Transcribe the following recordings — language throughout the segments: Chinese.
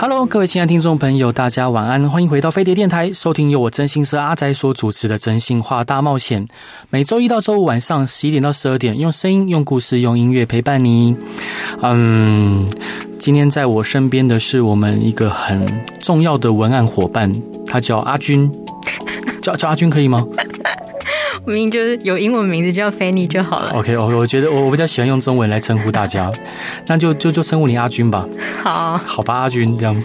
Hello，各位亲爱的听众朋友，大家晚安，欢迎回到飞碟电台，收听由我真心社阿仔所主持的《真心话大冒险》，每周一到周五晚上十一点到十二点，用声音、用故事、用音乐陪伴你。嗯，今天在我身边的是我们一个很重要的文案伙伴，他叫阿军，叫叫阿军可以吗明明就是有英文名字叫 Fanny 就好了。 ？OK，我我觉得我我比较喜欢用中文来称呼大家，那就就就称呼你阿军吧，好，好吧，阿军这样。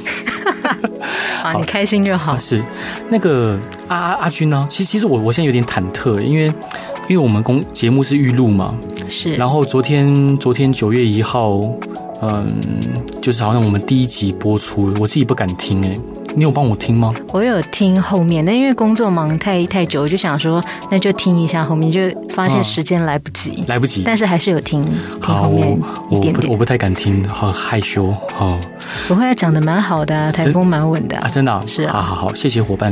好，你开心就好啊，。是那个阿阿阿军呢、其实其实我我现在有点忐忑，因为因为我们公节目是预录嘛，是，然后昨天昨天九月一号，嗯，就是好像我们第一集播出，我自己不敢听哎、你有帮我听吗？我有听后面，但因为工作忙太太久，我就想说那就听一下后面，就发现时间来不及，来不及。但是还是有听听嗯好，后我面一我点不我点。不太敢听，好害羞哦不会啊讲的蛮好的啊，台风蛮稳的啊，啊。真的、啊、是啊好好好，谢谢伙伴。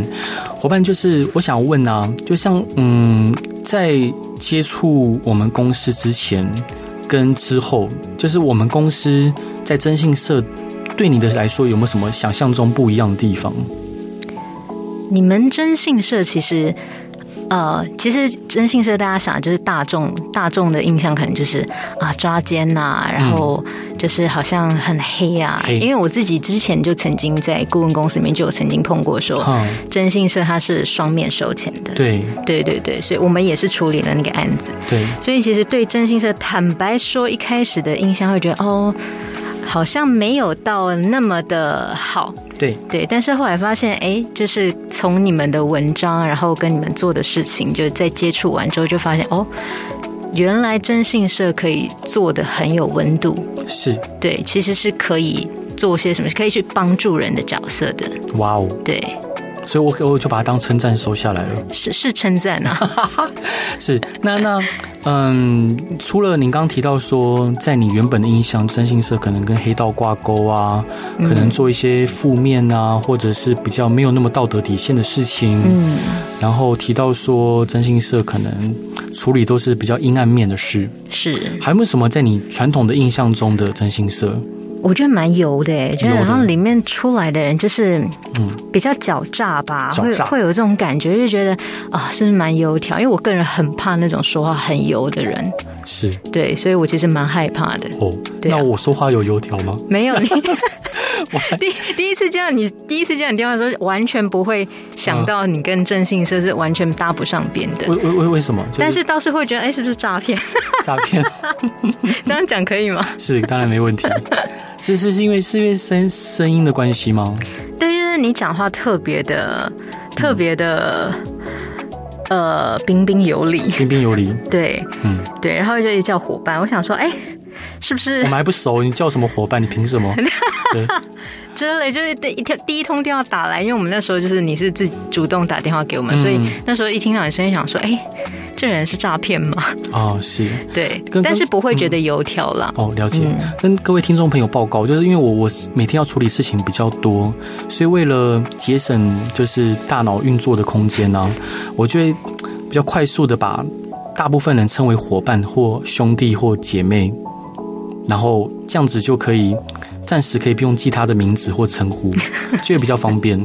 伙伴就是我想问啊，就像嗯，在接触我们公司之前跟之后，就是我们公司在征信社对你的来说有没有什么想象中不一样的地方？你们征信社其实。呃，其实征信社大家想就是大众大众的印象可能就是啊抓奸呐、然后就是好像很黑啊。嗯黑因为我自己之前就曾经在顾问公司里面就有曾经碰过说，哈、征信社它是双面收钱的。对对对对，所以我们也是处理了那个案子。对，所以其实对征信社，坦白说，一开始的印象会觉得哦，好像没有到那么的好。对，对，但是后来发现，哎，就是从你们的文章，然后跟你们做的事情，就是在接触完之后，就发现哦，原来征信社可以做的很有温度。是，对，其实是可以做些什么，可以去帮助人的角色的。哇哦，对，所以我我就把它当称赞收下来了。是是称赞 啊。是，那那嗯，除了您刚提到说，在你原本的印象，征信社可能跟黑道挂钩啊，可嗯能做一些负面啊，或者是比较没有那么道德底线的事情。嗯，然后提到说，征信社可能处理都是比较阴暗面的事。是。还有没有什么在你传统的印象中的征信社？我觉得蛮油的诶，觉得油的好像里面出来的人就是嗯比较狡诈吧，狡会诈会有这种感觉，就觉得啊、是不是蛮油条？因为我个人很怕那种说话很油的人，是对，所以我其实蛮害怕的。哦，对啊那我说话有油条吗？没 有你，第第一次见到你，第一次见到你电话的时候，完全不会想到你跟征信社是完全搭不上边的。为为为为什么？就但是倒是会觉得，哎、是不是诈骗？ 诈骗。这样讲可以吗？是，当然没问题。是是是因为是因为声声音的关系吗？对，就是你讲话特别的，特别的，呃，彬彬有礼。彬彬有礼，对嗯，对，然后就一直叫伙伴，我想说，哎，是不是我们还不熟，你叫什么伙伴？你凭什么？对，之类？就是第一天第一通电话打来，因为我们那时候就是你是自己主动打电话给我们，嗯所以那时候一听到你声音，想说，哎，这人是诈骗吗？哦，是，对跟，但是不会觉得油条啦。哦，了解。嗯跟各位听众朋友报告，就是因为我我每天要处理事情比较多，所以为了节省就是大脑运作的空间呢、啊我就会比较快速的把大部分人称为伙伴或兄弟或姐妹，然后这样子就可以暂时可以不用记他的名字或称 呼，就会比较方便。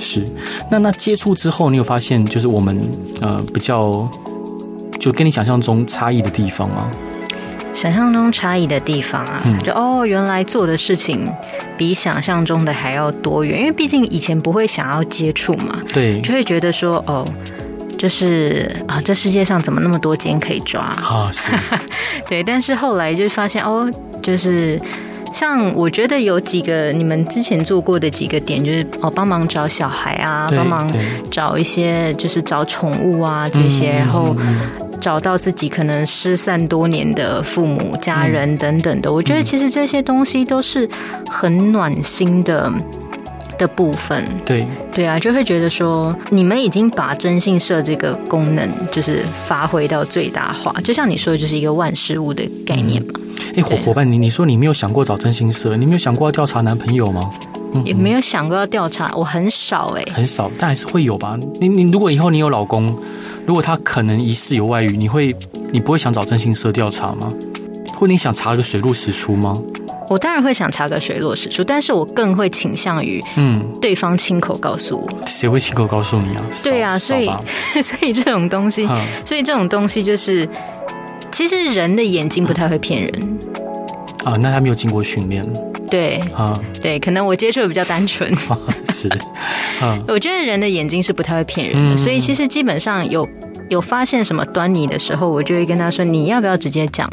是，那那接触之后，你有发现就是我们呃比较就跟你想象中差异的地方吗？想象中差异的地方啊，就哦，原来做的事情比想象中的还要多元，因为毕竟以前不会想要接触嘛，对，就会觉得说，哦，就是啊，这世界上怎么那么多奸可以抓？啊是。对，但是后来就发现哦，就是像我觉得有几个你们之前做过的几个点，就是哦帮忙找小孩啊，对帮忙对找一些就是找宠物啊这些，嗯然后嗯找到自己可能失散多年的父母、家嗯人等等的。我觉得其实这些东西都是很暖心的。的部分。对，对啊，就会觉得说，你们已经把征信社这个功能就是发挥到最大化，就像你说，就是一个万事物的概念嘛，哎，伙伙伴，你你说你没有想过找真心社，你没有想过要调查男朋友吗？也没有想过要调查，我很少哎、很少，但还是会有吧。你你如果以后你有老公，如果他可能疑似有外遇，你会你不会想找征信社调查吗？或你想查个水落石出吗？我当然会想查个水落石出，但是我更会倾向于嗯，对方亲口告诉我。谁会亲口告诉你啊？对啊，少所以少吧 所以这种东西，嗯，所以这种东西就是，其实人的眼睛不太会骗人。啊，那他没有经过训练对啊，对，可能我接触的比较单纯，是，嗯我觉得人的眼睛是不太会骗人的，嗯所以其实基本上有有发现什么端倪的时候，我就会跟他说，你要不要直接讲？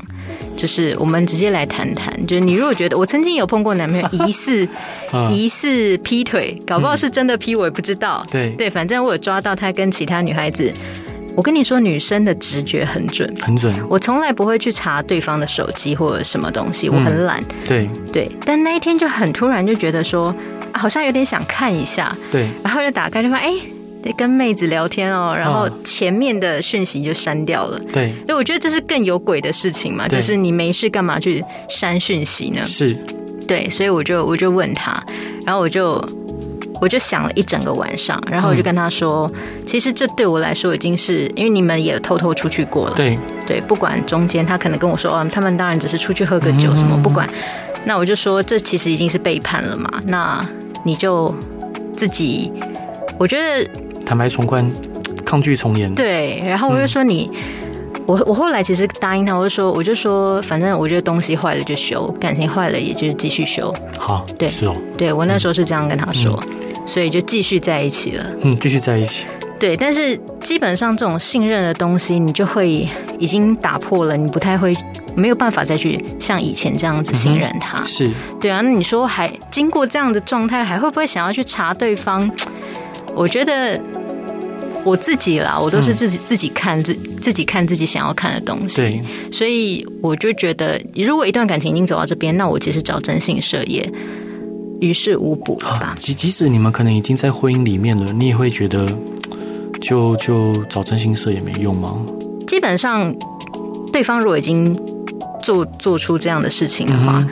就是我们直接来谈谈，就是你如果觉得我曾经有碰过男朋友疑似 嗯，疑似劈腿，搞不好是真的劈，我也不知道。嗯对，对，反正我有抓到他跟其他女孩子。我跟你说，女生的直觉很准，很准，我从来不会去查对方的手机或者什么东西，我嗯很懒。对对，但那一天就很突然就觉得说，啊好像有点想看一下，对，然后就打开就发现，哎，在跟妹子聊天哦，然后啊前面的讯息就删掉了。对所以我觉得这是更有鬼的事情嘛，对就是你没事干嘛去删讯息呢？是，对，所以我就我就问他，然后我就我就想了一整个晚上，然后我就跟他说，其实这对我来说已经是因为你们也偷偷出去过了，对对，不管中间他可能跟我说，哦，他们当然只是出去喝个酒什嗯么，不管。那我就说，这其实已经是背叛了嘛。那你就自己，我觉得坦白从宽，抗拒从严，对。然后我就说你，我我后来其实答应他，我就说，我就说，反正我觉得东西坏了就修，感情坏了也就是继续修。好，对是哦，对我那时候是这样跟他说，所以就继续在一起了。嗯，继续在一起，对，但是基本上这种信任的东西，你就会已经打破了，你不太会，没有办法再去像以前这样子信任他。是，对啊，那你说还经过这样的状态，还会不会想要去查对方？我觉得我自己啦，我都是自己、自己看自自己看自己想要看的东西，对，所以我就觉得，如果一段感情已经走到这边，那我其实找征信社也于事无补了吧。即即使你们可能已经在婚姻里面了，你也会觉得，就就找真心社也没用吗？基本上，对方如果已经做做出这样的事情的话，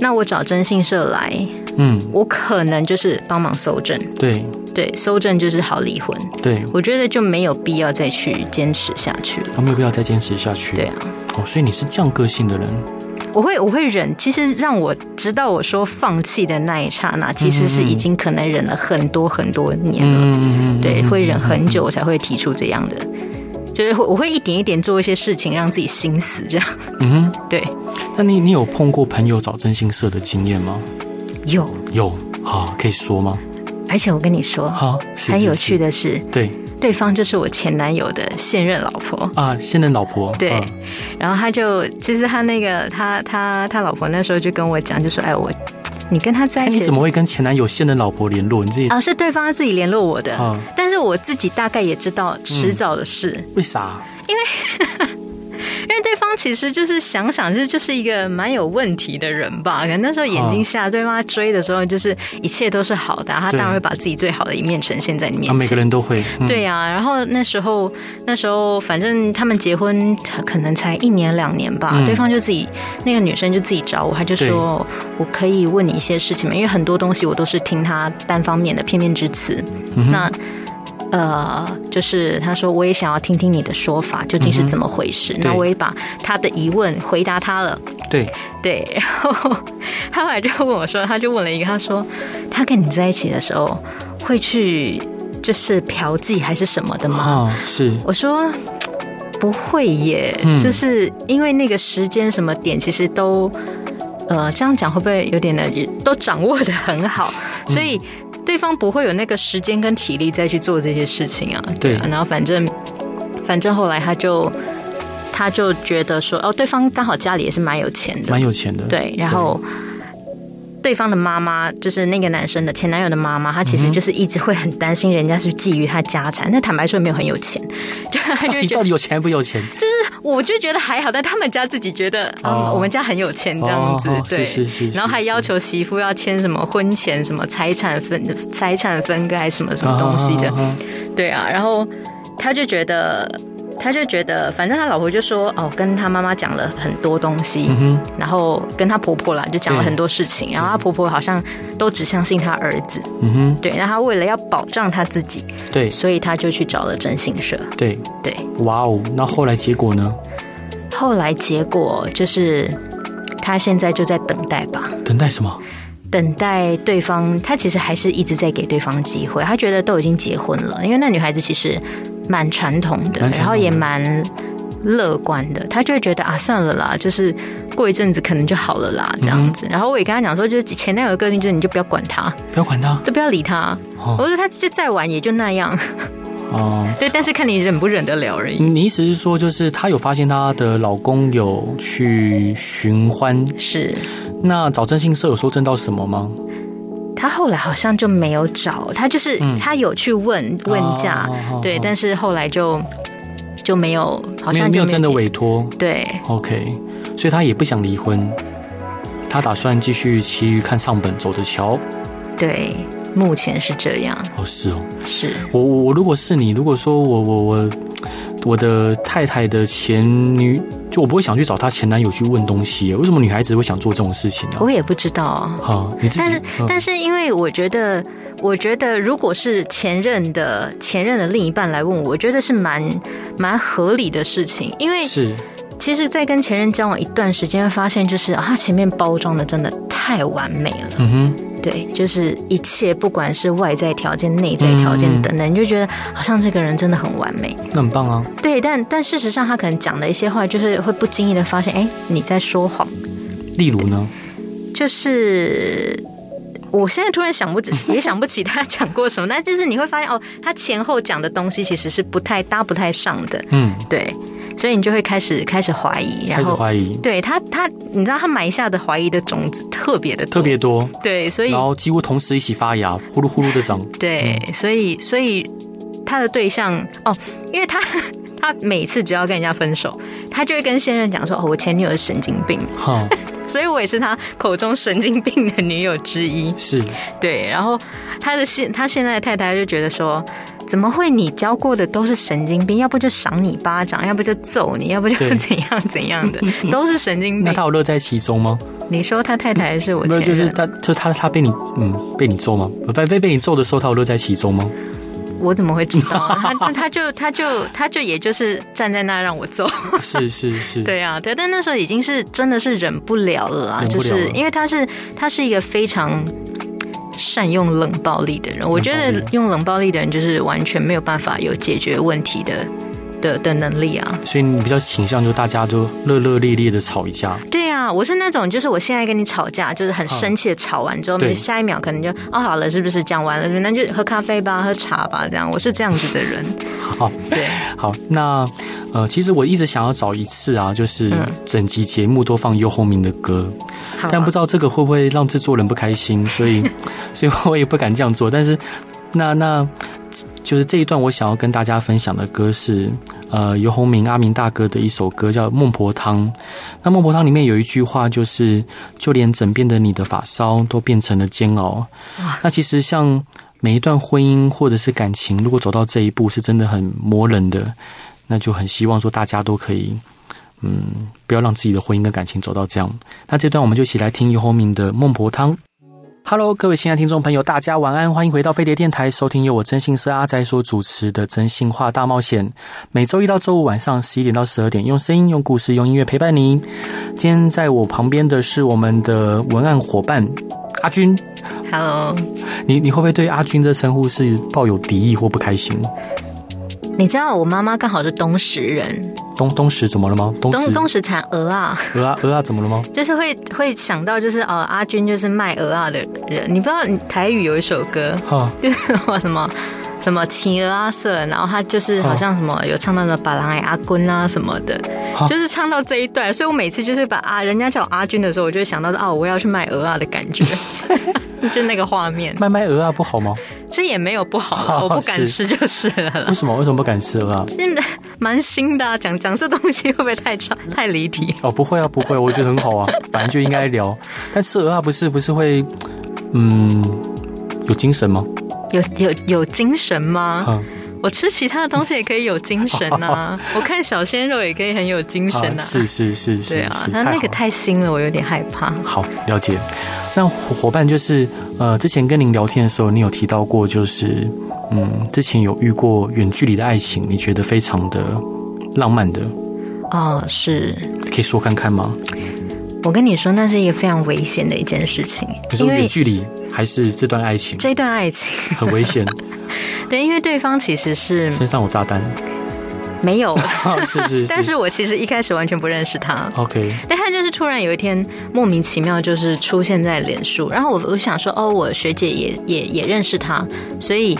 那我找征信社来，嗯，我可能就是帮忙搜证，对对，搜证就是好离婚。对，我觉得就没有必要再去坚持下去了。他没有必要再坚持下去。对啊，哦，所以你是这样个性的人，我会我会忍。其实让我知道我说放弃的那一刹那，其实是已经可能忍了很多很多年了。嗯嗯嗯，对，会忍很久才会提出这样的，就是会我会一点一点做一些事情，让自己心死这样。 嗯哼。对，那你你有碰过朋友找真心社的经验吗？有。有，好，可以说吗？而且我跟你说，好，是很有趣。是的是，是对对方就是我前男友的现任老婆。啊，现任老婆。对啊然后他就，其实他那个他他他老婆那时候就跟我讲，就说：“哎，我你跟他在那一起哎你的怎么会跟前男友现任老婆联络？你自己啊，是对方自己联络我的，嗯但是我自己大概也知道迟早的事，为啥？啊因为对方其实就是想想，这就是一个蛮有问题的人吧。可能那时候眼睛瞎，对方在追的时候，就是一切都是好的啊、他啊对当然会把自己最好的一面呈现在你面啊，每个前。人都会。嗯对呀、然后那时候，那时候反正他们结婚可能才一年两年吧，嗯对方就自己那个女生就自己找我，她就说我可以问你一些事情吗？因为很多东西我都是听她单方面的片面之词，嗯哼那呃，就是他说我也想要听听你的说法，究竟是怎么回事？那嗯对我也把他的疑问回答他了。对，对，然后 他后来就问我说，他就问了一个，他说他跟你在一起的时候会去就是嫖妓还是什么的吗？啊，是我说。不会耶，嗯就是因为那个时间什么点，其实都，呃，这样讲会不会有点呢？也都掌握的很好，嗯所以对方不会有那个时间跟体力再去做这些事情啊。对啊然后反正，反正后来他就他就觉得说，哦，对方刚好家里也是蛮有钱的，蛮有钱的。对，然后对方的妈妈就是那个男生的前男友的妈妈，她其实就是一直会很担心人家是觊觎她家产。那坦白说，没有很有钱，就她就到 会底觉到得底有钱还不有钱？我就觉得还好，但他们家自己觉得，嗯，哦我们家很有钱这样子，哦哦对，是是是然后还是是要求媳妇要签什么婚前什么财产分财产分割还是什么什么东西的，啊啊啊啊对啊，然后他就觉得，他就觉得，反正他老婆就说，哦，跟他妈妈讲了很多东西，然后跟他婆婆啦，就讲了对很多事情，然后他婆婆好像都只相信他儿子，嗯哼，对，那他为了要保障他自己，对所以他就去找了征信社，对，对，哇哦，那后来结果呢？后来结果就是。他现在就在等待吧，等待什么？等待对方。他其实还是一直在给对方机会。他觉得都已经结婚了，因为那女孩子其实蛮传统的，蛮传统的然后也蛮乐观的。他就会觉得啊，算了啦，就是过一阵子可能就好了啦，这样嗯子。然后我也跟他讲说，就是前男友的个性就是你就不要管他，不要管他都不要理他。哦我说他就再玩也就那样， 哦、对，但是看你忍不忍得了而已。你意思是说，就是她有发现她的老公有去寻欢？是那找征信社有说证到什么吗？他后来好像就没有找，他就是、嗯他有去问问价，哦哦哦对，哦但是后来就就没有，好没有像就没有真的结委托对， ，OK，所以她也不想离婚，她打算继续骑驴看上本，走着瞧。对，目前是这样，哦，是哦，是我我我如果是你，如果说我我我我的太太的前女，就我不会想去找她前男友去问东西耶。为什么女孩子会想做这种事情呢、我也不知道啊。啊？你自己，但是，嗯但是，因为我觉得，我觉得，如果是前任的前任的另一半来问我，我觉得是蛮蛮合理的事情。因为是其实，在跟前任交往一段时间，会发现就是啊，他前面包装的真的太完美了，嗯哼，对，就是一切不管是外在条件、内在条件嗯等等，你就觉得好像这个人真的很完美。那很棒啊。对，但但事实上，他可能讲的一些话，就是会不经意的发现，哎，你在说谎。例如呢？就是我现在突然想不起，也想不起他讲过什么，但就是你会发现哦，他前后讲的东西其实是不太搭不太上的，嗯，对，所以你就会开始开始怀疑，开然始后怀疑，对他他，你知道他埋下的怀疑的种子特别的多特别多，对，所以然后几乎同时一起发芽，呼噜呼噜的长。对，嗯所以所以他的对象哦，因为他 他每次只要跟人家分手，他就会跟现任讲说哦，我前女友是神经病，哈，所以我也是他口中神经病的女友之一。 是对，然后他的现他现在的太太就觉得说，怎么会你教过的都是神经病？要不就赏你巴掌，要不就揍你，要不就 对怎样怎样的，都是神经那病他。有乐在其中吗？你说他 太太还是我没有，前就是任？他，就他，他被你，嗯，被你揍吗？被被被你揍的时候，他有乐在其 中吗？我怎么会知道 啊？他他他就他就他就也就是站在那让我揍。是是是，，对啊，对，但那时候已经是真的是忍不了了啦，忍就不了是了因为他是他是一个非常。善用冷暴力的人，我觉冷暴得力用冷暴力的人就是完全没有办法有解决问题的的的能力啊。所以你比较倾向就大家就热热烈烈的吵一架，对啊，我是那种，就是我现在跟你吵架，就是很生气的吵完之后，啊对你下一秒可能就哦好了，是不是讲完了？那就喝咖啡吧，喝茶吧，这样。我是这样子的人， 好，对，好，那呃，其实我一直想要找一次啊，就是嗯整集节目都放尤鸿明的歌，好啊但不知道这个会不会让制作人不开心，所以 所以我也不敢这样做。但是那那就是这一段我想要跟大家分享的歌是呃尤鸿明阿明大哥的一首歌叫《孟婆汤》。那《孟婆汤》里面有一句话就是“就连枕边的你的发梢都变成了煎熬”。那其实像每一段婚姻或者是感情，如果走到这一步，是真的很磨人的。那就很希望说大家都可以，嗯，不要让自己的婚姻跟感情走到这样。那这段我们就一起来听尤鸿明的《孟婆汤》。Hello，各位亲爱的听众朋友，大家晚安，欢迎回到飞碟电台，收听由我真心是阿仔所主持的《真心话大冒险》，每周一到周五晚上十一点到十二点，用声音、用故事、用音乐陪伴您。今天在我旁边的是我们的文案伙伴阿军， ，Hello，你你会不会对阿军这称呼是抱有敌意或不开心？你知道我妈妈刚好是东石人，东东石怎么了吗？东东石东石产鹅啊，鹅啊鹅啊怎么了吗？就是会会想到就是哦，阿军就是卖鹅啊的人。你不知道你台语有一首歌， 哈，就是什么什么什么企鹅啊色，然后他就是好像什么有唱到了把郎哎阿quân啊什么的哦，就是唱到这一 段，所以我每次就是把啊人家叫我阿军的时候，我就会想到哦我要去卖鹅啊的感觉。就那个画面，卖卖鹅啊不好吗？这也没有不好，哦我不敢是吃就是了啦 为。什么为什么不敢吃鹅啊？真的蛮新的、啊，讲讲这东西会不会太差太离题？哦，不会啊，不会，我觉得很好 啊，本来就应该聊。但吃鹅啊，不是不是会，嗯，有精神吗？有有有精神吗？嗯，我吃其他的东西也可以有精神 啊，我看小鲜肉也可以很有精神啊。是是是是对是，啊，是那那个好了嗯太新了，我有点害怕。好，了解。那伙伙伴就是，呃，之前跟您聊天的时候，你有提到过，就是，嗯，之前有遇过远距离的爱情，你觉得非常的浪漫的，哦，是可以说看看吗？我跟你说，那是一个非常危险的一件事情你，说因远为距离还是这段爱情这段爱情， 很危险，对，因为对方其实是身上有炸 弹，哦没有， 是是但是是我其实一开始完全不认识他。 ，OK，但他就是突然有一天莫名其妙就是出现在脸书，然后我我想说哦，我学姐也也也认识他，所以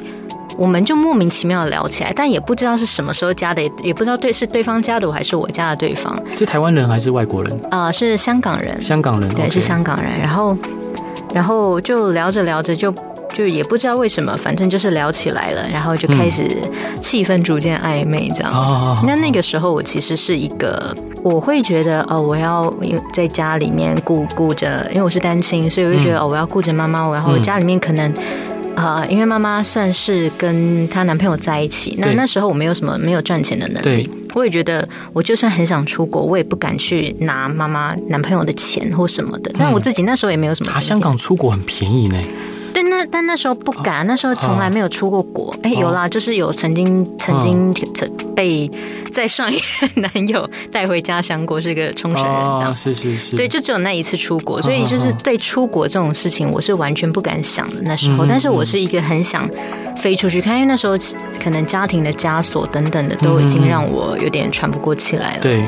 我们就莫名其妙地聊起来，但也不知道是什么时候加的，也也不知道对是对方加的我还是我加的对方，这台湾人还是外国人？啊、是香港人，香港人对， ，OK，是香港人，然后然后就聊着聊着就。就也不知道为什么，反正就是聊起来了，然后就开始气氛逐渐暧昧这样子。啊好好好那那个时候，我其实是一个，我会觉得哦，我要在家里面顾顾着，因为我是单亲，所以我就觉得、哦，我要顾着妈妈，然后嗯家里面可能。呃，因为妈妈算是跟她男朋友在一起，那对那时候我没有什么没有赚钱的能力对，我也觉得我就算很想出国，我也不敢去拿妈妈男朋友的钱或什么的。嗯但我自己那时候也没有什么啊，经香济港出国很便宜呢，对，那但那时候不啊敢，那时候从来没有出过国。哎、有啦，就是有曾经曾经啊曾被 在上一任男友带回家乡过，是个冲绳人这样。啊，是啊是是，对，就只有那一次出国，所以就是对出国这种事情，我是完全不敢想的那时候。嗯但是我是一个很想飞出去看，因为那时候可能家庭的枷锁等等的都已经让我有点喘不过气来了。嗯对，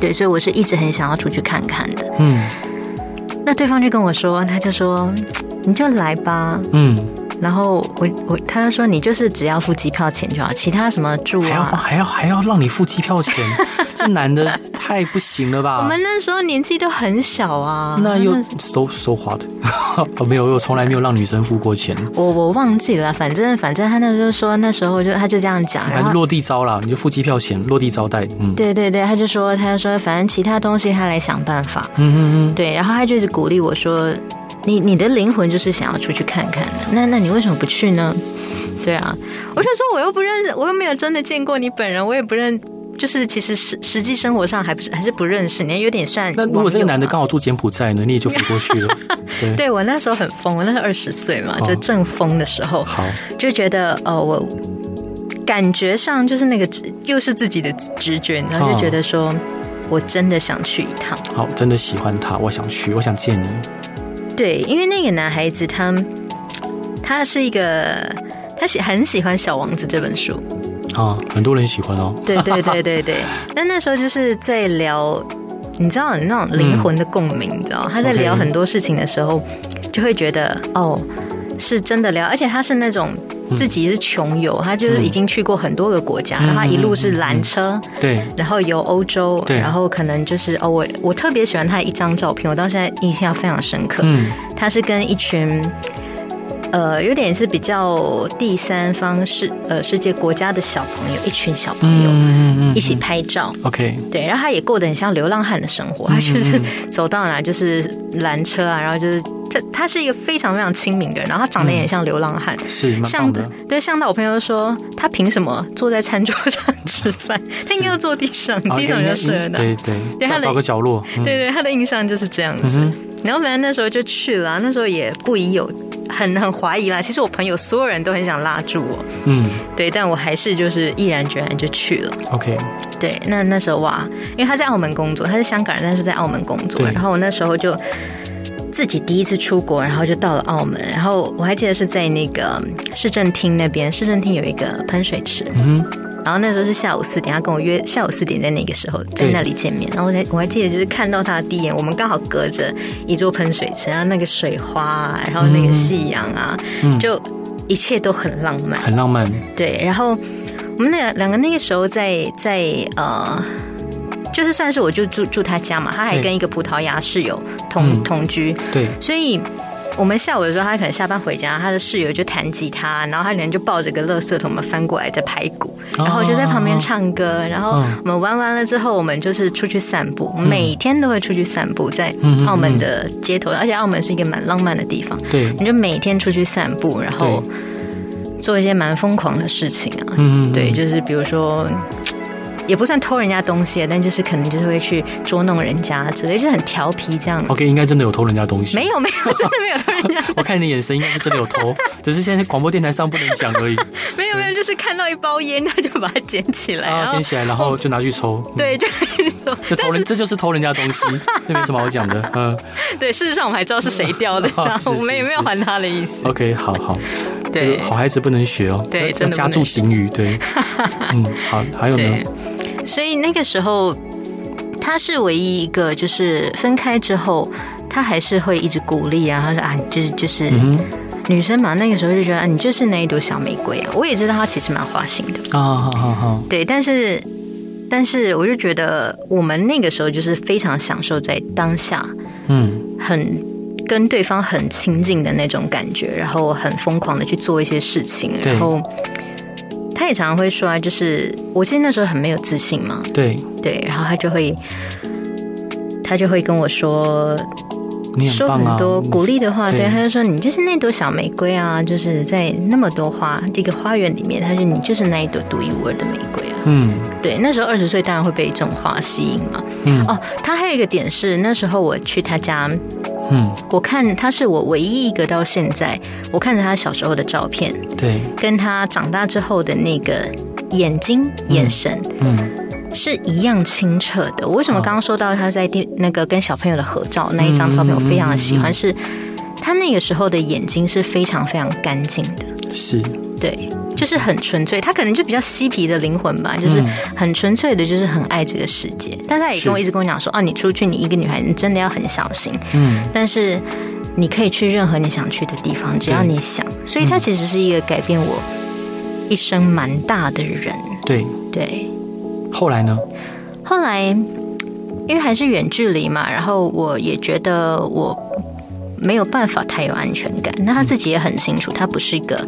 对，所以我是一直很想要出去看看的。嗯那对方就跟我说，他就说嗯你就来吧，嗯，然后我我他就说你就是只要付机票钱就好，其他什么住还要啊。还要还要让你付机票 钱，这男的太不行了吧？我们那时候年纪都很小啊，那又 so so hard，哦 没有，我从来没有让女生付过钱，我我忘记了，反正反正他那时候说那时候就他就这样讲，反然正后落地招啦，你就付机票钱，落地招待，嗯对对对，他就说他就说反正其他东西他来想办 法，嗯嗯对，然后他就一直鼓励我说你你的灵魂就是想要出去看看的，那那你为什么不去呢？对啊，我就说我又不认识，我又没有真的见过你本人，我也不认。就是其实实实际生活上还不是还是不认识你，有点算。嗯。那如果这个男的刚。刚好住柬埔寨呢，你也就飞过去 了，对，对我那时候很疯，我那时候二十岁嘛，哦就正疯的时候，好，就觉得呃，我感觉上就是那个直又是自己的直觉，然后哦就觉得说、我真的想去一趟。好，真的喜欢他，我想去，我想见你，对，因为那个男孩子他他是一个。他喜很喜欢《小王子》这本书，啊，很多人喜欢哦，对对对 对对。但那时候就是在聊，你知道那种灵魂的共鸣，你知道他在嗯聊 OK 很多事情的时候，就会觉得哦，是真的聊，而且他是那种嗯自己是穷游，他就是已经去过很多个国家，然后他一路是缆车，对，然后游欧洲，嗯对然后可能就是哦，我我特别喜欢他一张照片，我到现在印象非常深刻，嗯他是跟一群。呃，有点是比较第三方世呃世界国家的小朋友，一群小朋嗯友、嗯嗯一起拍照， ，OK，对，然后他也过得很像流浪汉的生活，嗯他就是走到哪就是缆车啊，然后就是他他是一个非常非常亲民的人，然后他长得也很像流浪汉，是嗯蛮像棒的，对像到我朋友说他凭什么坐在餐桌上 吃饭，他应该要坐地上，啊地上比较适合应他。该对对对，他找的找个角落，嗯对对，他的印象就是这样子。嗯然后反正那时候就去了啊、那时候也不疑有很很怀疑啦。其实我朋友所有人都很想拉住我，嗯对，但我还是就是毅然决然就去了。 ，OK，对，那那时候哇，因为他在澳门工作，他是香港人，但是在澳门工作。对然后我那时候就自己第一次出国，然后就到了澳门。然后我还记得是在那个嗯市政厅那边，市政厅有一个喷水池。嗯然后那时候是下午四点，他跟我约下午四点在那个时候在那里见面。然后我还我还记得就是看到他的第一眼，我们刚好隔着一座喷水池，然后那个水花啊，然后那嗯个夕阳啊，就一切都很浪漫。很浪漫，对，然后我们那个两个那个时候在在呃，就是算是我就住住他家嘛，他还对跟一个葡萄牙室友同嗯同居，对，所以我们下午的时候，他可能下班回家，他的室友就弹吉他，然后他人就抱着个垃圾桶嘛翻过来在排鼓，哦然后我就在旁边唱歌。然后嗯我们玩完了之后，我们就是出去散步，每天都会出去散步，在嗯澳门的街头，而且澳门是一个蛮浪漫的地方，对，你就每天出去散步，然后做一些蛮疯狂的事情啊。嗯，对，就是比如说。也不算偷人家东西，啊但就是可能就是会去捉弄人家之类，就是很调皮这样。 OK，应该真的有偷人家东西。没有没有，真的没有偷人家。 我看你的眼神，应该是真的有偷，只是现在广播电台上不能讲 而已。没有没有，就是看到一包烟，他就把它捡起来，啊，然后捡起来，然后就拿去抽。嗯，哎对，就 说就偷人，这就是偷人家东 西，这没什么好讲的。嗯，对，事实上我们还知道是谁掉的哦然后是我们也是没有还他的意思。 ，OK，好好，这对个好孩子不能学哦，要对真的不能加注警语， 对，嗯，好，还有呢对，，所以那个时候他是唯一一个，就是分开之后，他还是会一直鼓励啊，他说啊，就是就是、嗯女生嘛，那个时候就觉得啊，你就是那一朵小玫瑰啊。我也知道他其实蛮花心的，哼，啊，好好好，对，但是。但是我就觉得，我们那个时候就是非常享受在当下，嗯很跟对方很亲近的那种感觉，然后很疯狂的去做一些事情，对然后他也常常会说啊，就是我其实那时候很没有自信嘛，对对，然后他就会他就会跟我说你很说棒很啊，多鼓励的话，对对，他就说你就是那朵小玫瑰啊，就是在那么多花这个花园里面，他说你就是那一朵独一无二的玫瑰啊。嗯对，那时候二十岁当然会被这种话吸引嘛。嗯哦，他还有一个点是，那时候我去他家嗯，我看他是我唯一一个到现在，我看着他小时候的照片，对，跟他长大之后的那个眼睛、眼神嗯是一样清澈的。我为什么刚刚说到他在电那个跟小朋友的合照那一张照片，我非常的喜欢，是他那个时候的眼睛是非常非常干净的。是，对，就是很纯粹。他可能就比较嬉皮的灵魂吧，就是很纯粹的，就是很爱这个世界。但他也是跟我一直跟我讲说，啊，你出去，你一个女孩，你真的要很小心。嗯，但是你可以去任何你想去的地方，只要你想。所以他其实是一个改变我一生蛮大的人。对，对，后来呢？后来因为还是远距离嘛，然后我也觉得我没有办法太有安全感。那他自己也很清楚，他不是一个。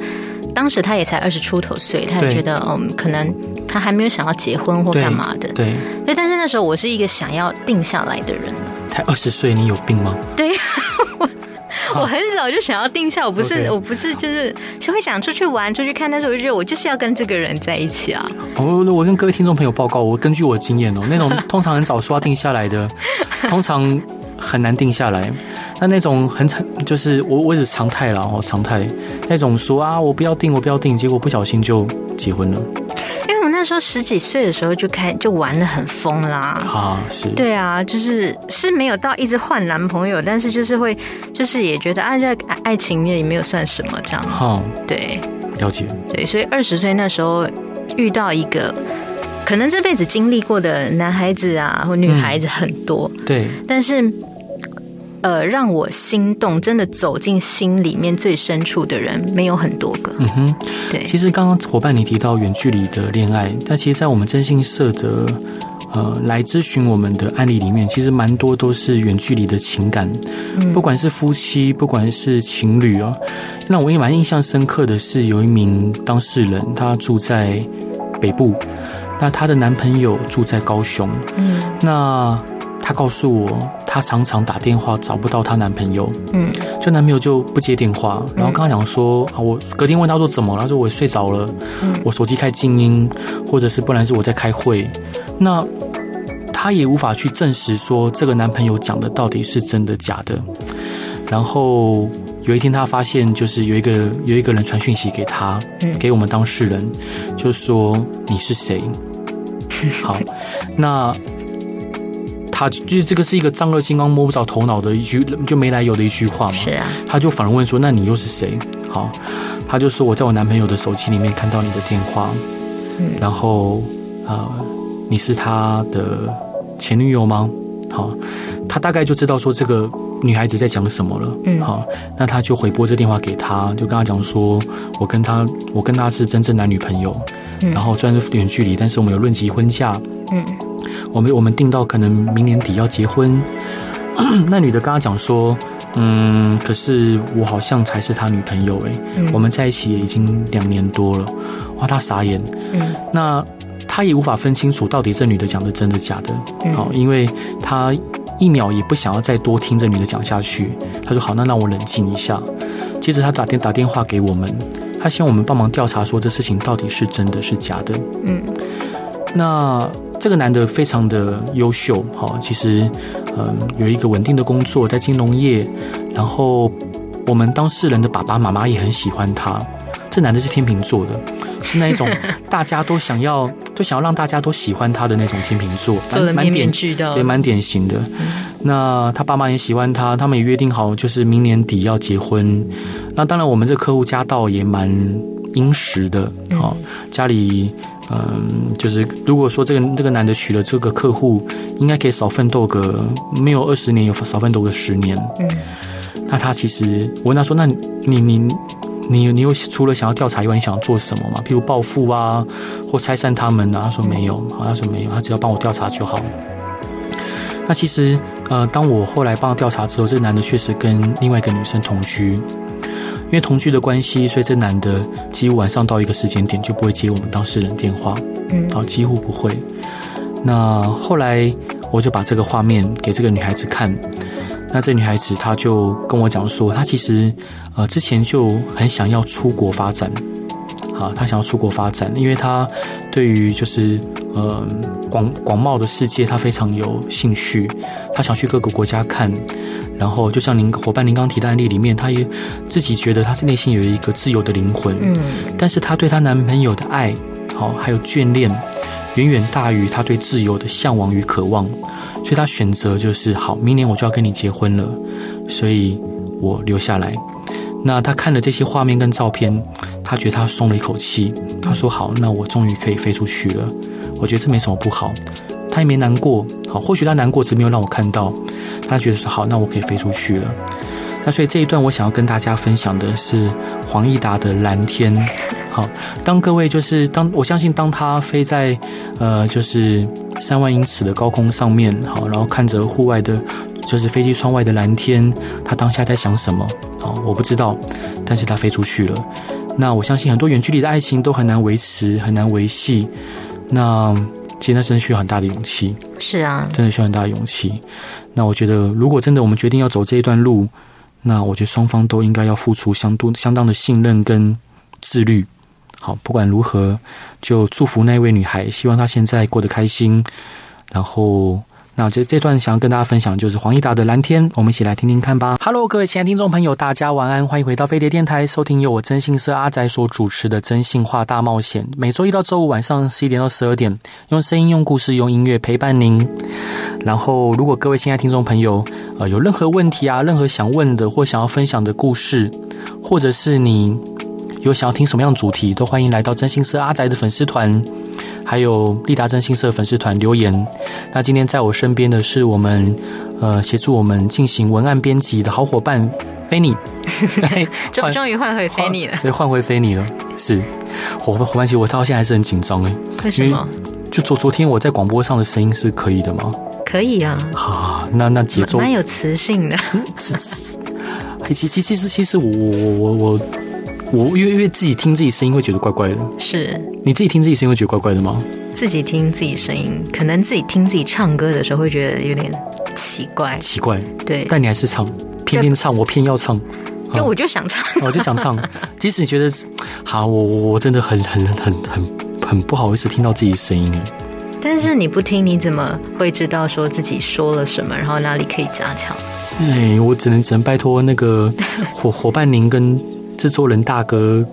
当时他也才二十出头岁，他也对觉得，嗯，可能他还没有想要结婚或对干嘛的。对，对，但是那时候我是一个想要定下来的人，才二十岁，你有病吗？ 我很早就想要定下，我不是 OK 我不是就是是会想出去玩、出去看，但是我就觉得我就是要跟这个人在一起啊。哦，那我跟各位听众朋友报告，我根据我的经验哦，那种通常很早说要定下来 的，通常很难定下来。那那种很常就是我我只常态啦哦，常态那种说啊，我不要定，我不要定，结果不小心就结婚了因为我那时候十几岁的时候就开就玩的很疯啦。啊，是，对啊，就是是没有到一直换男朋友，但是就是会，就是也觉得啊，这爱爱情也没有算什么这样。好、对了解，对，所以二十岁那时候遇到一个，可能这辈子经历过的男孩子啊或女孩子很多，对，但是，呃，让我心动，真的走进心里面最深处的人没有很多个。嗯哼。对，其实刚刚伙伴你提到远距离的恋爱，但其实，在我们征信社的呃来咨询我们的案例里面，其实蛮多都是远距离的情感，嗯不管是夫妻，不管是情侣啊。那我也蛮印象深刻的是，有一名当事人，她住在北部，那她的男朋友住在高雄，嗯那她告诉我，她常常打电话找不到她男朋友，嗯就男朋友就不接电话，然后刚刚讲说啊，我隔天问他说怎么了，他说我睡着了，嗯我手机开静音，或者是不然是我在开会，那他也无法去证实说这个男朋友讲的到底是真的假的。然后有一天他发现，就是有一个有一个人传讯息给他，嗯给我们当事人，就说你是谁？ 好，那他就是这个是一个丈二金刚摸不着头脑的一句就没来由的一句话嘛。是啊，他就反问说：“那你又是谁？”好，他就说：“我在我男朋友的手机里面看到你的电话，嗯然后啊、呃你是他的前女友吗？”好，他大概就知道说这个女孩子在讲什么了。嗯好，那他就回拨这电话给他，就跟他讲说：“我跟他，我跟他是真正男女朋友。嗯然后虽然是远距离，但是我们有论及婚嫁。嗯 我们我们定到可能明年底要结婚。那女的跟他讲说：“嗯，可是我好像才是他女朋友哎、嗯我们在一起也已经两年多了，哇，他傻眼。嗯那他也无法分清楚到底这女的讲的真的假的，嗯好、因为他一秒也不想要再多听这女的讲下去。他说好，那让我冷静一下。接着他打电打电话给我们，他希望我们帮忙调查，说这事情到底是真的是假的。嗯那这个男的非常的优秀，好，其实嗯有一个稳定的工作在金融业，然后我们当事人的爸爸妈妈也很喜欢他。这男的是天秤座的，是那一 种大家都想要都想要让大家都喜欢他的那种天秤座，做的蛮面蛮典面俱到对，。蛮典型的。那他爸妈也喜欢他，他们也约定好，就是明年底要结婚。那当然，我们这客户家道也蛮殷实的，哦，家里。嗯，就是如果说这个这个男的娶了这个客户，应该可以少奋斗个没有二十年，有少奋斗个十年。嗯那他其实我问他说：“那你你你你有除了想要调查以外，你想做什么吗？譬如报复啊，或拆散他们啊？”他说没有，好，他说没有，他只要帮我调查就好。那其实呃，当我后来帮他调查之后，这个男的确实跟另外一个女生同居。因为同居的关系，所以这男的几乎晚上到一个时间点就不会接我们当事人电话。嗯哦，几乎不会。那后来我就把这个画面给这个女孩子看，那这女孩子她就跟我讲说，她其实呃之前就很想要出国发展，啊，她想要出国发展，因为她对于就是呃广广袤的世界她非常有兴趣，她想去各个国家看。然后，就像您伙伴您刚提的案例里面，她也自己觉得她是内心有一个自由的灵魂，嗯但是她对她男朋友的爱，好、还有眷恋，远远大于她对自由的向往与渴望，所以她选择就是好，明年我就要跟你结婚了，所以我留下来。那她看了这些画面跟照片，她觉得她松了一口气，她说好，那我终于可以飞出去了。我觉得这没什么不好，她也没难过，好，或许她难过只没有让我看到，她觉得说好，那我可以飞出去了。那所以这一段我想要跟大家分享的是黄义达的《蓝天》。好，当各位就是当我相信，当他飞在呃就是三万英尺的高空上面，好，然后看着户外的，就是飞机窗外的蓝天，他当下在想什么？好，我不知道，但是他飞出去了。那我相信很多远距离的爱情都很难维持，很难维系。那其实那真的需要很大的勇气。是啊，真的需要很大的勇气。那我觉得，如果真的我们决定要走这一段路，那我觉得双方都应该要付出相当相当的信任跟自律。好，不管如何，就祝福那位女孩，希望她现在过得开心。然后，那这这段想要跟大家分享就是黄义达的《蓝天》，我们一起来听听看吧。Hello，各位亲爱的听众朋友，大家晚安，欢迎回到飞碟电台，收听由我真心社阿仔所主持的《真心话大冒险》，每周一到周五晚上十一点到十二点，用声音、用故事、用音乐陪伴您。然后，如果各位亲爱的听众朋友，呃，有任何问题啊，任何想问的或想要分享的故事，或者是你有想要听什么样的主题，都欢迎来到真心社阿宅的粉丝团，还有利达真心社粉丝团留言。那今天在我身边的是我们呃协助我们进行文案编辑的好伙伴菲尼，终换终于换回菲尼了，对，换回菲尼了，是伙伴伙伴，其实我到现在还是很紧张哎。为什么？就昨昨天我在广播上的声音是可以的吗？可以啊，啊，那那节奏蛮有磁性的。 是是，哎其其其实其实我我我我我，因为因为自己听自己声音会觉得怪怪的，是你自己听自己声音会觉得怪怪的吗？自己听自己声音，可能自己听自己唱歌的时候会觉得有点奇怪。奇怪，对，但你还是唱，偏偏唱，我偏要唱，哦因为我就想唱。 我就想唱，即使你觉得，好，我我我真的很很很很很不好意思听到自己声音哎，但是你不听，你怎么会知道说自己说了什么，然后哪里可以 加强？哎，我只能只能拜托那个伙伙伴您跟制作人大哥。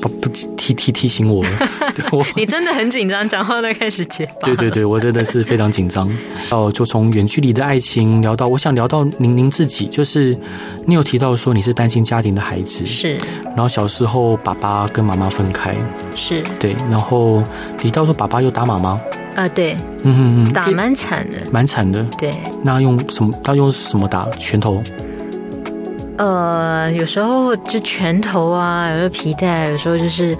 不不提提提醒我了， 对我你真的很紧张，讲话都开始结巴。对对对，我真的是非常紧张。哦，就从远距离的爱情聊到，我想聊到您您自己，就是你有提到说你是单亲家庭的孩子，是然后小时候爸爸跟妈妈分开，是，对，然后提到说爸爸又打妈妈，呃，对，嗯嗯嗯，打对蛮惨的。蛮惨的。对，那用什么？他用什么打？拳头？呃，有时候就拳头啊，有时候皮带，有时候就是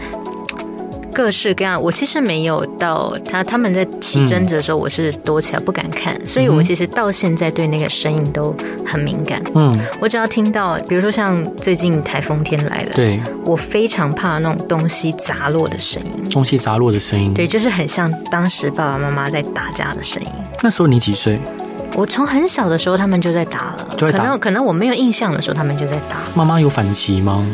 各式各样。我其实没有到他他们在起争执的时候，我是躲起来不敢看，所以我其实到现在对那个声音都很敏感。嗯，我只要听到，比如说像最近台风天来了，对，我非常怕那种东西砸落的声音。东西砸落的声音。对，就是很像当时爸爸妈妈在打架的声音。那时候你几岁？我从很小的时候，他们就在打了。就在可打能可能我没有印象的时候，他们就在打。妈妈有反击吗？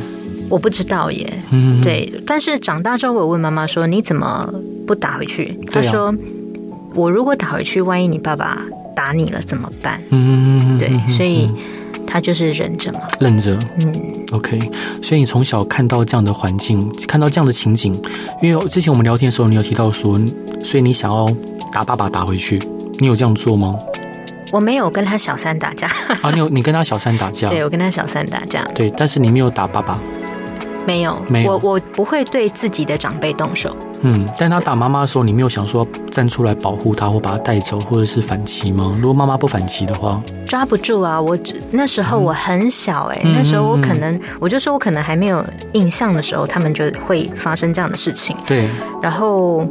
我不知道耶。嗯，，对，但是长大之后，我有问妈妈说：“你怎么不打回去？”她对啊说：“我如果打回去，万一你爸爸打你了怎么办嗯，？”对，所以她就是忍着嘛。愣着。嗯， OK，所以你从小看到这样的环境，看到这样的情景，因为之前我们聊天的时候，你有提到说，所以你想要打爸爸打回去，你有这样做吗？我没有跟他小三打架，啊，你有你跟他小三打架，对我跟他小三打架对但是你没有打爸爸，没有，没有我我不会对自己的长辈动手。嗯，但他打妈妈的时候，你没有想说站出来保护他或把他带走，或者是反击吗？如果妈妈不反击的话，抓不住啊！我只那时候我很小哎、嗯那时候我可能我就说我可能还没有印象的时候，他们就会发生这样的事情，对，然后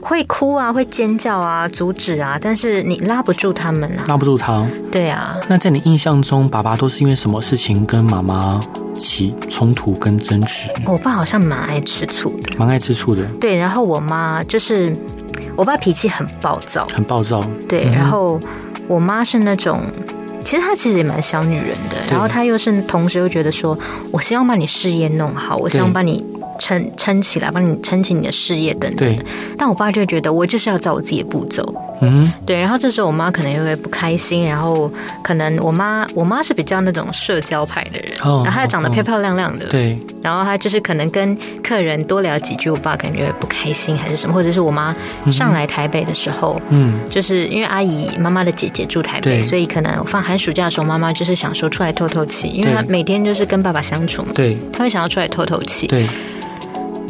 会哭啊，会尖叫啊，阻止啊，但是你拉不住他们啊，拉不住他。对啊，那在你印象中，爸爸都是因为什么事情跟妈妈起冲突跟争执？我爸好像蛮爱吃醋的，蛮爱吃醋的，对，然后我妈就是我爸脾气很暴躁，很暴躁。对，然后我妈是那种。其实她其实也蛮小女人的，然后她又是同时又觉得说，我希望把你事业弄好，我希望对把你撑撑起来，帮你撑起你的事业等等对的。但我爸就觉得我就是要照我自己的步骤，嗯，对。然后这时候我妈可能又会不开心，然后可能我妈我妈是比较那种社交派的人，哦然后她又长得哦漂漂亮亮的，对，然后他就是可能跟客人多聊几句，我爸可能就会不开心还是什么，或者是我妈上来台北的时候，嗯，就是因为阿姨妈妈的姐姐住台对北，所以可能放寒暑假的时候，妈妈就是想说出来透透气，因为她对每天就是跟爸爸相处嘛，对，她会想要出来透透气。对，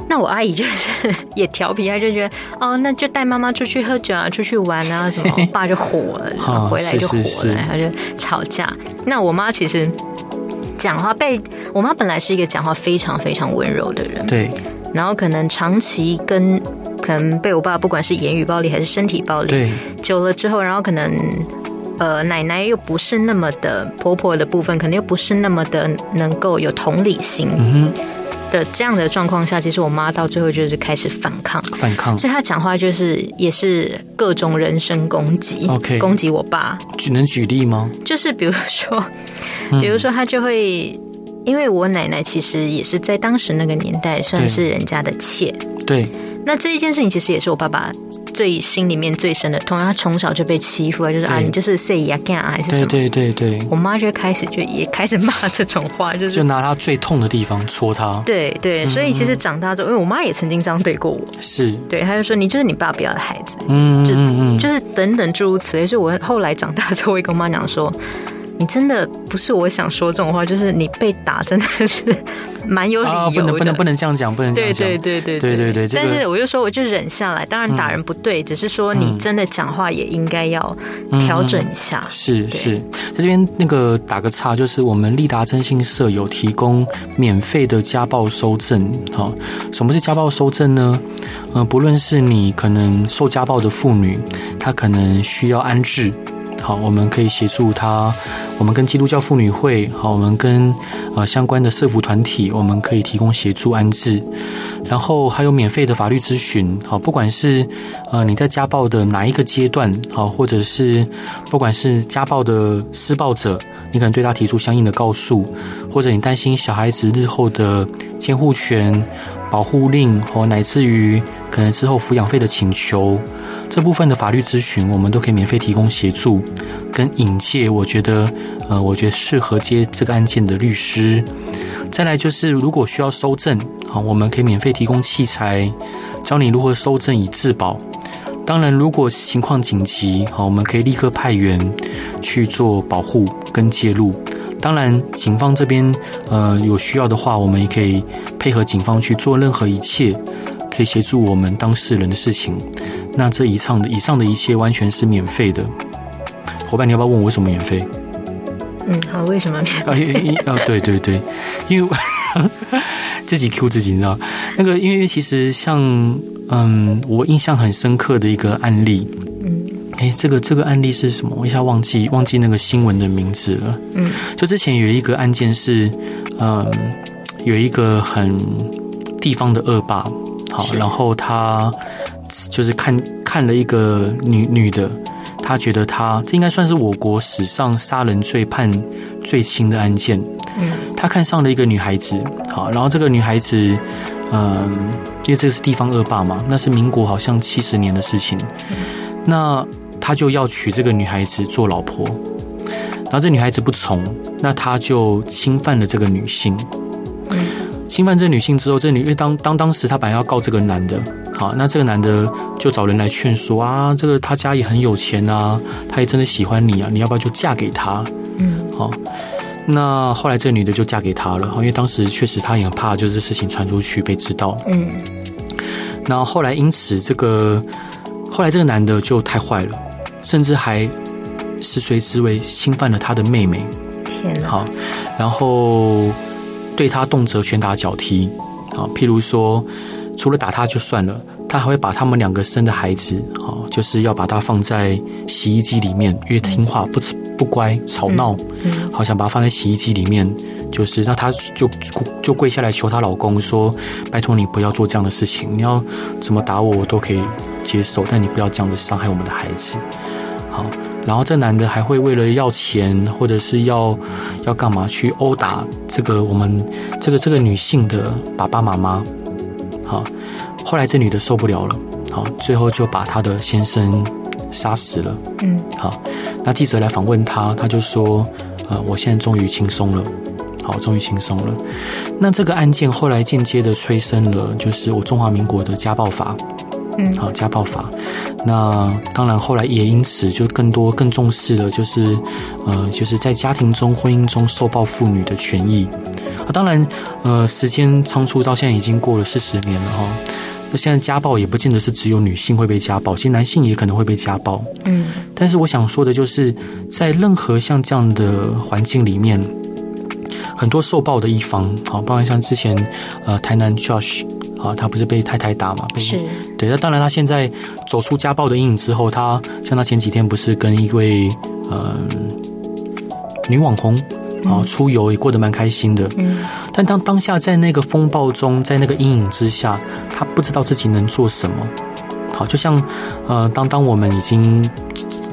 那我阿姨就是 也调皮，她就觉得哦，那就带妈妈出去喝酒啊，出去玩啊什 么，我爸就火了，然后回来就火哦是是是了，然后就吵架。那我妈其实讲话被我妈本来是一个讲话非常非常温柔的人，对，然后可能长期跟可能被我爸不管是言语暴力还是身体暴力，对，久了之后，然后可能呃奶奶又不是那么的婆婆的部分，可能又不是那么的能够有同理心嗯的这样的状况下，其实我妈到最后就是开始反抗。哼，反抗，所以她讲话就是也是各种人身攻击 OK 攻击我爸，举能举例吗？就是比如说，嗯比如说她就会，因为我奶奶其实也是在当时那个年代算对是人家的妾，对，那这一件事情其实也是我爸爸最心里面最深的痛，因为他从小就被欺负啊，就是啊，对你就是 say 呀干啊还是什对，对，么。对，对，我妈就开始就也开始骂这种话，就 就是拿他最痛的地方戳他，对嗯对，所以其实长大之后，因为我妈也曾经这样对过我，是，对，她就说你就是你爸不要的孩子，嗯嗯嗯，就是等等诸如此类。所以我后来长大之后，我会跟我妈讲说，你真的不是我想说这种话，就是你被打真的是 蛮有理由啊，的，不能不能不能这样讲，不能这对样讲，对对对对对对这个但是我就说，我就忍下来。当然打人不对，只是说你真的讲话也应该要调整一下。是对是，在这边那个打个岔，就是我们利达征信社有提供免费的家暴收证。好，什么是家暴收证呢？呃，不论是你可能受家暴的妇女，她可能需要安置。好，我们可以协助她。我们跟基督教妇女会，好，我们跟呃相关的社服团体，我们可以提供协助安置。然后还有免费的法律咨询，好，不管是呃你在家暴的哪一个阶段，好，或者是不管是家暴的施暴者，你可能对他提出相应的告诉，或者你担心小孩子日后的监护权、保护令，或乃至于可能之后抚养费的请求，这部分的法律咨询，我们都可以免费提供协助跟引介。我觉得，呃，我觉得适合接这个案件的律师。再来就是，如果需要收证，啊，我们可以免费提供器材，教你如何收证以自保。当然，如果情况紧急，好，我们可以立刻派员去做保护跟介入。当然，警方这边呃有需要的话，我们也可以配合警方去做任何一切可以协助我们当事人的事情。那这以上的以上的一切完全是免费的。伙伴，你要不要问我为什么免费？嗯，好，为什么？哦啊，因因啊，对对对，因为。 自己 Q 自己，你知道？那个因为其实像嗯，我印象很深刻的一个案例，嗯哎，这个这个案例是什么？我一下忘记忘记那个新闻的名字了。嗯就之前有一个案件是，嗯，有一个很地方的恶霸，好，是然后他就是看看了一个女女的，他觉得她这应该算是我国史上杀人罪判最轻的案件。嗯他看上了一个女孩子，好，然后这个女孩子，嗯，因为这个是地方恶霸嘛，那是民国好像七十年的事情，那他就要娶这个女孩子做老婆，然后这女孩子不从，那他就侵犯了这个女性，嗯侵犯这女性之后，这女因为当当当时她本来要告这个男的，好，那这个男的就找人来劝说啊，这个他家也很有钱啊，他也真的喜欢你啊，你要不要就嫁给他？嗯那后来这女的就嫁给他了，因为当时确实她也很怕，就是事情传出去被知道。嗯然后后来因此这个，后来这个男的就太坏了，甚至还是随之为侵犯了他的妹妹，天哪，好，然后对他动辄拳打脚踢，好，譬如说除了打他就算了，他还会把他们两个生的孩子，哦，就是要把他放在洗衣机里面，因为听话不吃不乖吵闹。嗯好想把它放在洗衣机里面，就是让她就就跪下来求她老公说：“拜托你不要做这样的事情，你要怎么打我我都可以接受，但你不要这样子伤害我们的孩子。”好，然后这男的还会为了要钱或者是要要干嘛去殴打这个我们这个这个女性的爸爸妈妈。好，后来这女的受不了了，好，最后就把她的先生杀死了。嗯好，那记者来访问他，他就说：“呃，我现在终于轻松了，好，终于轻松了。”那这个案件后来间接的催生了，就是我中华民国的家暴法，嗯好，家暴法。那当然，后来也因此就更多更重视了，就是呃，就是在家庭中、婚姻中受暴妇女的权益。啊，当然，呃，时间仓促到现在已经过了四十年了哈、那现在家暴也不见得是只有女性会被家暴，其实男性也可能会被家暴。嗯但是我想说的就是，在任何像这样的环境里面，很多受暴的一方，好，包括像之前呃台南 Josh 啊，他不是被太太打嘛，被是对，那当然他现在走出家暴的阴影之后，他像他前几天不是跟一位嗯、呃女网红啊出游也过得蛮开心的，嗯但当当下在那个风暴中，在那个阴影之下，他不知道自己能做什么。好，就像呃，当当我们已经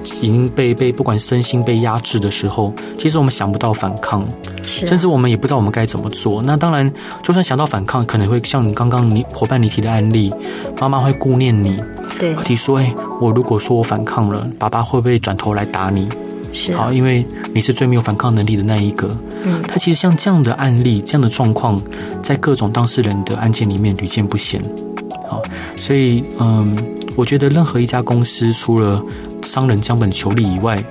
已经被被不管身心被压制的时候，其实我们想不到反抗，是啊甚至我们也不知道我们该怎么做。那当然，就算想到反抗，可能会像你刚刚你伙伴你提的案例，妈妈会顾念你，对提说：“哎、我如果说我反抗了，爸爸会不会转头来打你？是啊好，因为你是最没有反抗能力的那一个。”嗯它其实像这样的案例、这样的状况，在各种当事人的案件里面屡见不鲜。好，所以嗯，我觉得任何一家公司除了商人将本求利以外，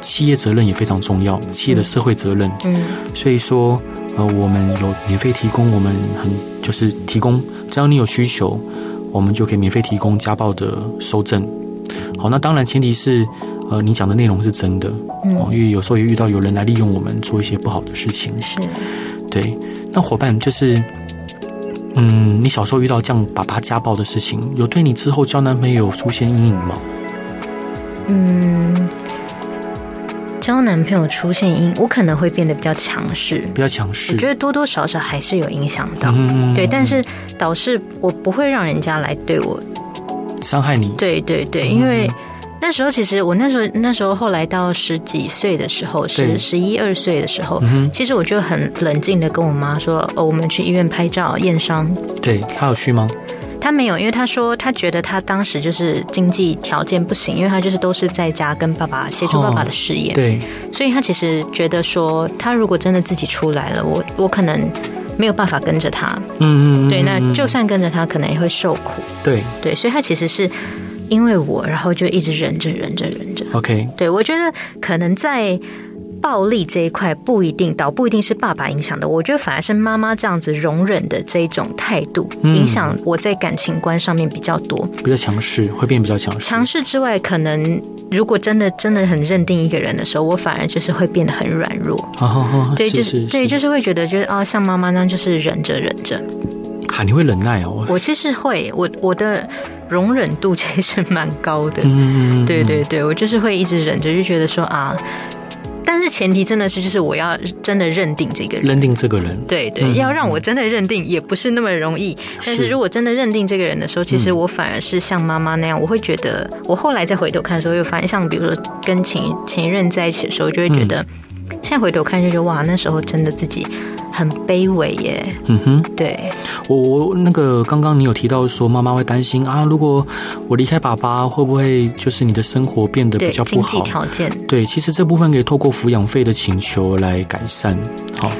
企业责任也非常重要，企业的社会责任。嗯所以说，呃，我们有免费提供，我们很就是提供，只要你有需求，我们就可以免费提供家暴的收证。好，那当然前提是，呃，你讲的内容是真的哦，嗯因为有时候也遇到有人来利用我们做一些不好的事情。是对，那伙伴就是，嗯，你小时候遇到这样爸爸家暴的事情，有对你之后交男朋友出现阴影吗？嗯。交男朋友出现阴，我可能会变得比较强势，比较强我势，觉得多多少少还是有影响到。嗯对，但是导师，我不会让人家来对我，伤害你，对对对，因为那时候其实我那时候那时候后来到十几岁的时候，对十十一二岁的时候嗯，哼，其实我就很冷静的跟我妈说，哦，我们去医院拍照验伤。对他有去吗？她没有，因为她说她觉得她当时就是经济条件不行，因为她就是都是在家跟爸爸协助爸爸的事业，对，所以她其实觉得说，她如果真的自己出来了，我我可能没有办法跟着她，嗯嗯，嗯对，那嗯就算跟着她，可能也会受苦。对对，所以他其实是因为我，然后就一直忍着、忍着、忍着。 ，OK，对我觉得可能在暴力这一块不一定倒不一定是爸爸影响的，我觉得反而是妈妈这样子容忍的这一种态度，嗯影响我在感情观上面比较多。比较强势，会变比较强势。强势之外，可能如果真的真的很认定一个人的时候，我反而就是会变得很软弱。啊哈哈，对，就是是对，就是是会觉得就是啊，像妈妈那样，就是忍着忍着。啊，你会忍耐哦。我其实会，我我的容忍度其实蛮高的。嗯，对对对，我就是会一直忍着，就觉得说啊，但是前提真的是就是我要真的认定这个人。认定这个人，对对，嗯要让我真的认定也不是那么容易。但是如果真的认定这个人的时候，其嗯实我反而是像妈妈那样，我会觉得，我后来再回头看的时候，又发现，像比如说跟前前任在一起的时候，就会嗯觉得，现在回头看就觉得哇，那时候真的自己很卑微耶。嗯哼，对，我我那个刚刚你有提到说妈妈会担心啊，如果我离开爸爸，会不会就是你的生活变得对，比较经不济好？条件，对，其实这部分可以透过抚养费的请求来改善。好，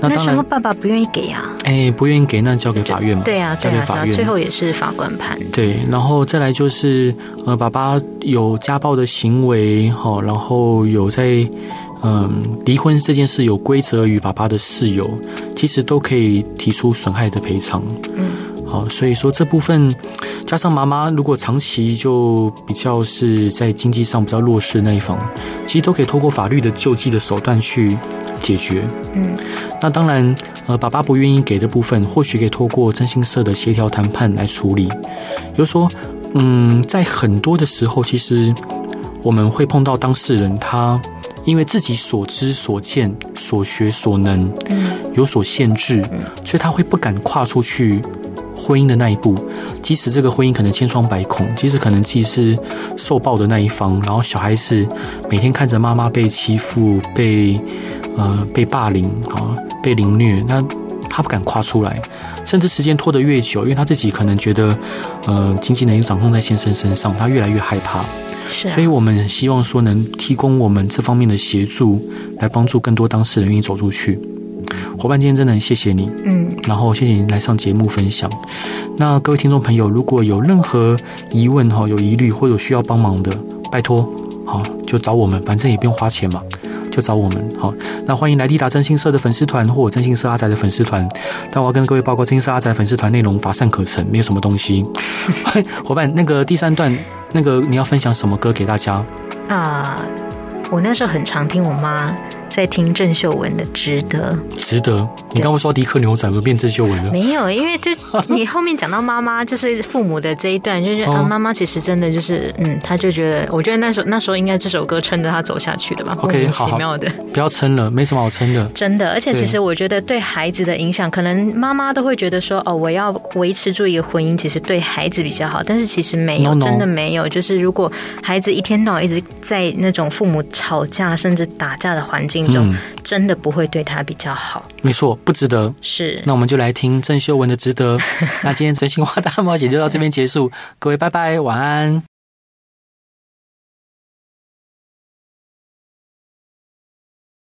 那那当时然候，爸爸不愿意给啊。哎，不愿意给那交给法院嘛，对啊，交对给啊，对法啊，院。最后也是法官判。对，然后再来就是，呃，爸爸有家暴的行为，好、然后有在，嗯，离婚这件事有归责于爸爸的室友，其实都可以提出损害的赔偿。嗯，好，所以说这部分加上妈妈如果长期就比较是在经济上比较弱势那一方，其实都可以透过法律的救济的手段去解决。嗯，那当然，呃，爸爸不愿意给的部分，或许可以透过征信社的协调谈判来处理。也就是说，嗯，在很多的时候，其实我们会碰到当事人他因为自己所知所见、所学所能嗯有所限制，所以他会不敢跨出去婚姻的那一步。即使这个婚姻可能千疮百孔，即使可能自己是受暴的那一方，然后小孩是每天看着妈妈被欺负、被呃被霸凌啊、被凌虐，那他不敢跨出来，甚至时间拖得越久，因为他自己可能觉得，呃，经济能力掌控在先生身上，他越来越害怕。是啊所以。我们希望说能提供我们这方面的协助，来帮助更多当事人愿意走出去。伙伴，今天真的很谢谢你。嗯，然后谢谢你来上节目分享。那各位听众朋友，如果有任何疑问哈、有疑虑或有需要帮忙的，拜托，好就找我们，反正也不用花钱嘛。就找我们好，那欢迎来利达真心社的粉丝团或我真心社阿宅的粉丝团。但我要跟各位报告，真心社阿宅粉丝团内容乏善可陈，没有什么东西。 伙伴，那个第三段，那个你要分享什么歌给大家？啊、我那时候很常听我妈在听郑秀文的《值得》，值得？你刚刚说迪克牛仔，怎么变自救文了？没有，因为 就你后面讲到妈妈，就是父母的这一段，就是啊，哦妈妈其实真的就是，嗯，她就觉得，我觉得那时候那时候应该这首歌撑着她走下去的吧 OK，莫名好其好妙的，不要撑了，没什么好撑的。真的。而且对其实我觉得对孩子的影响，可能妈妈都会觉得说，哦，我要维持住一个婚姻，其实对孩子比较好，但是其实没有 No, no 真的没有。就是如果孩子一天到晚一直在那种父母吵架甚至打架的环境中，嗯真的不会对他比较好。没错，不值得。是，那我们就来听郑秀文的《值得》。那今天真心话大冒险就到这边结束，各位拜拜，晚安。